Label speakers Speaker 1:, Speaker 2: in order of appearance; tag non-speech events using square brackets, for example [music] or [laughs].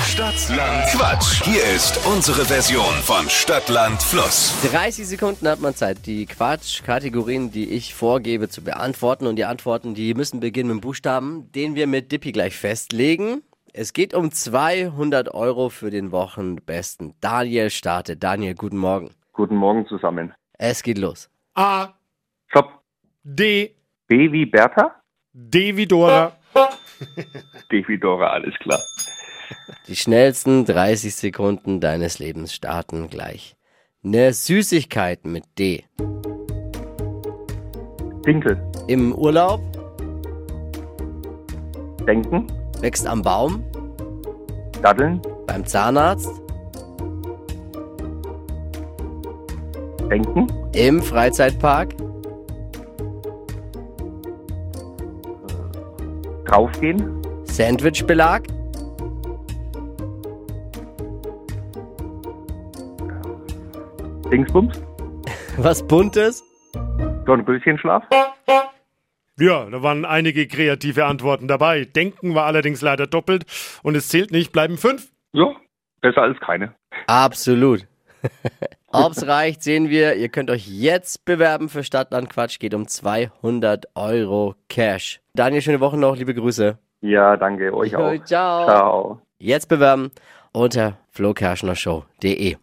Speaker 1: Stadtland Quatsch. Hier ist unsere Version von Stadtland Fluss.
Speaker 2: 30 Sekunden hat man Zeit, die Quatschkategorien, die ich vorgebe, zu beantworten. Und die Antworten, die müssen beginnen mit dem Buchstaben, den wir mit Dippy gleich festlegen. Es geht um 200 Euro für den Wochenbesten. Daniel startet. Daniel, guten Morgen.
Speaker 3: Guten Morgen zusammen.
Speaker 2: Es geht los.
Speaker 4: A,
Speaker 3: Stopp.
Speaker 4: D,
Speaker 3: B wie Bertha?
Speaker 4: D wie Dora.
Speaker 3: D wie Dora, alles klar.
Speaker 2: Die schnellsten 30 Sekunden deines Lebens starten gleich. Eine Süßigkeit mit D.
Speaker 3: Dinkel.
Speaker 2: Im Urlaub,
Speaker 3: Denken.
Speaker 2: wächst am Baum,
Speaker 3: Daddeln.
Speaker 2: beim Zahnarzt,
Speaker 3: Denken.
Speaker 2: im Freizeitpark,
Speaker 3: Draufgehen.
Speaker 2: Sandwichbelag,
Speaker 3: Dingsbums.
Speaker 2: was Buntes,
Speaker 3: Dornröschenschlaf.
Speaker 4: Ja, da waren einige kreative Antworten dabei. Denken war allerdings leider doppelt und es zählt nicht, bleiben fünf.
Speaker 3: Ja, besser als keine.
Speaker 2: Absolut. [laughs] Ob's reicht, sehen wir. Ihr könnt euch jetzt bewerben für Stadtland Quatsch. Geht um 200 Euro Cash. Daniel, schöne Woche noch. Liebe Grüße.
Speaker 3: Ja, danke euch auch.
Speaker 2: Ciao.
Speaker 3: Ciao.
Speaker 2: Jetzt bewerben unter flokerschnershow.de.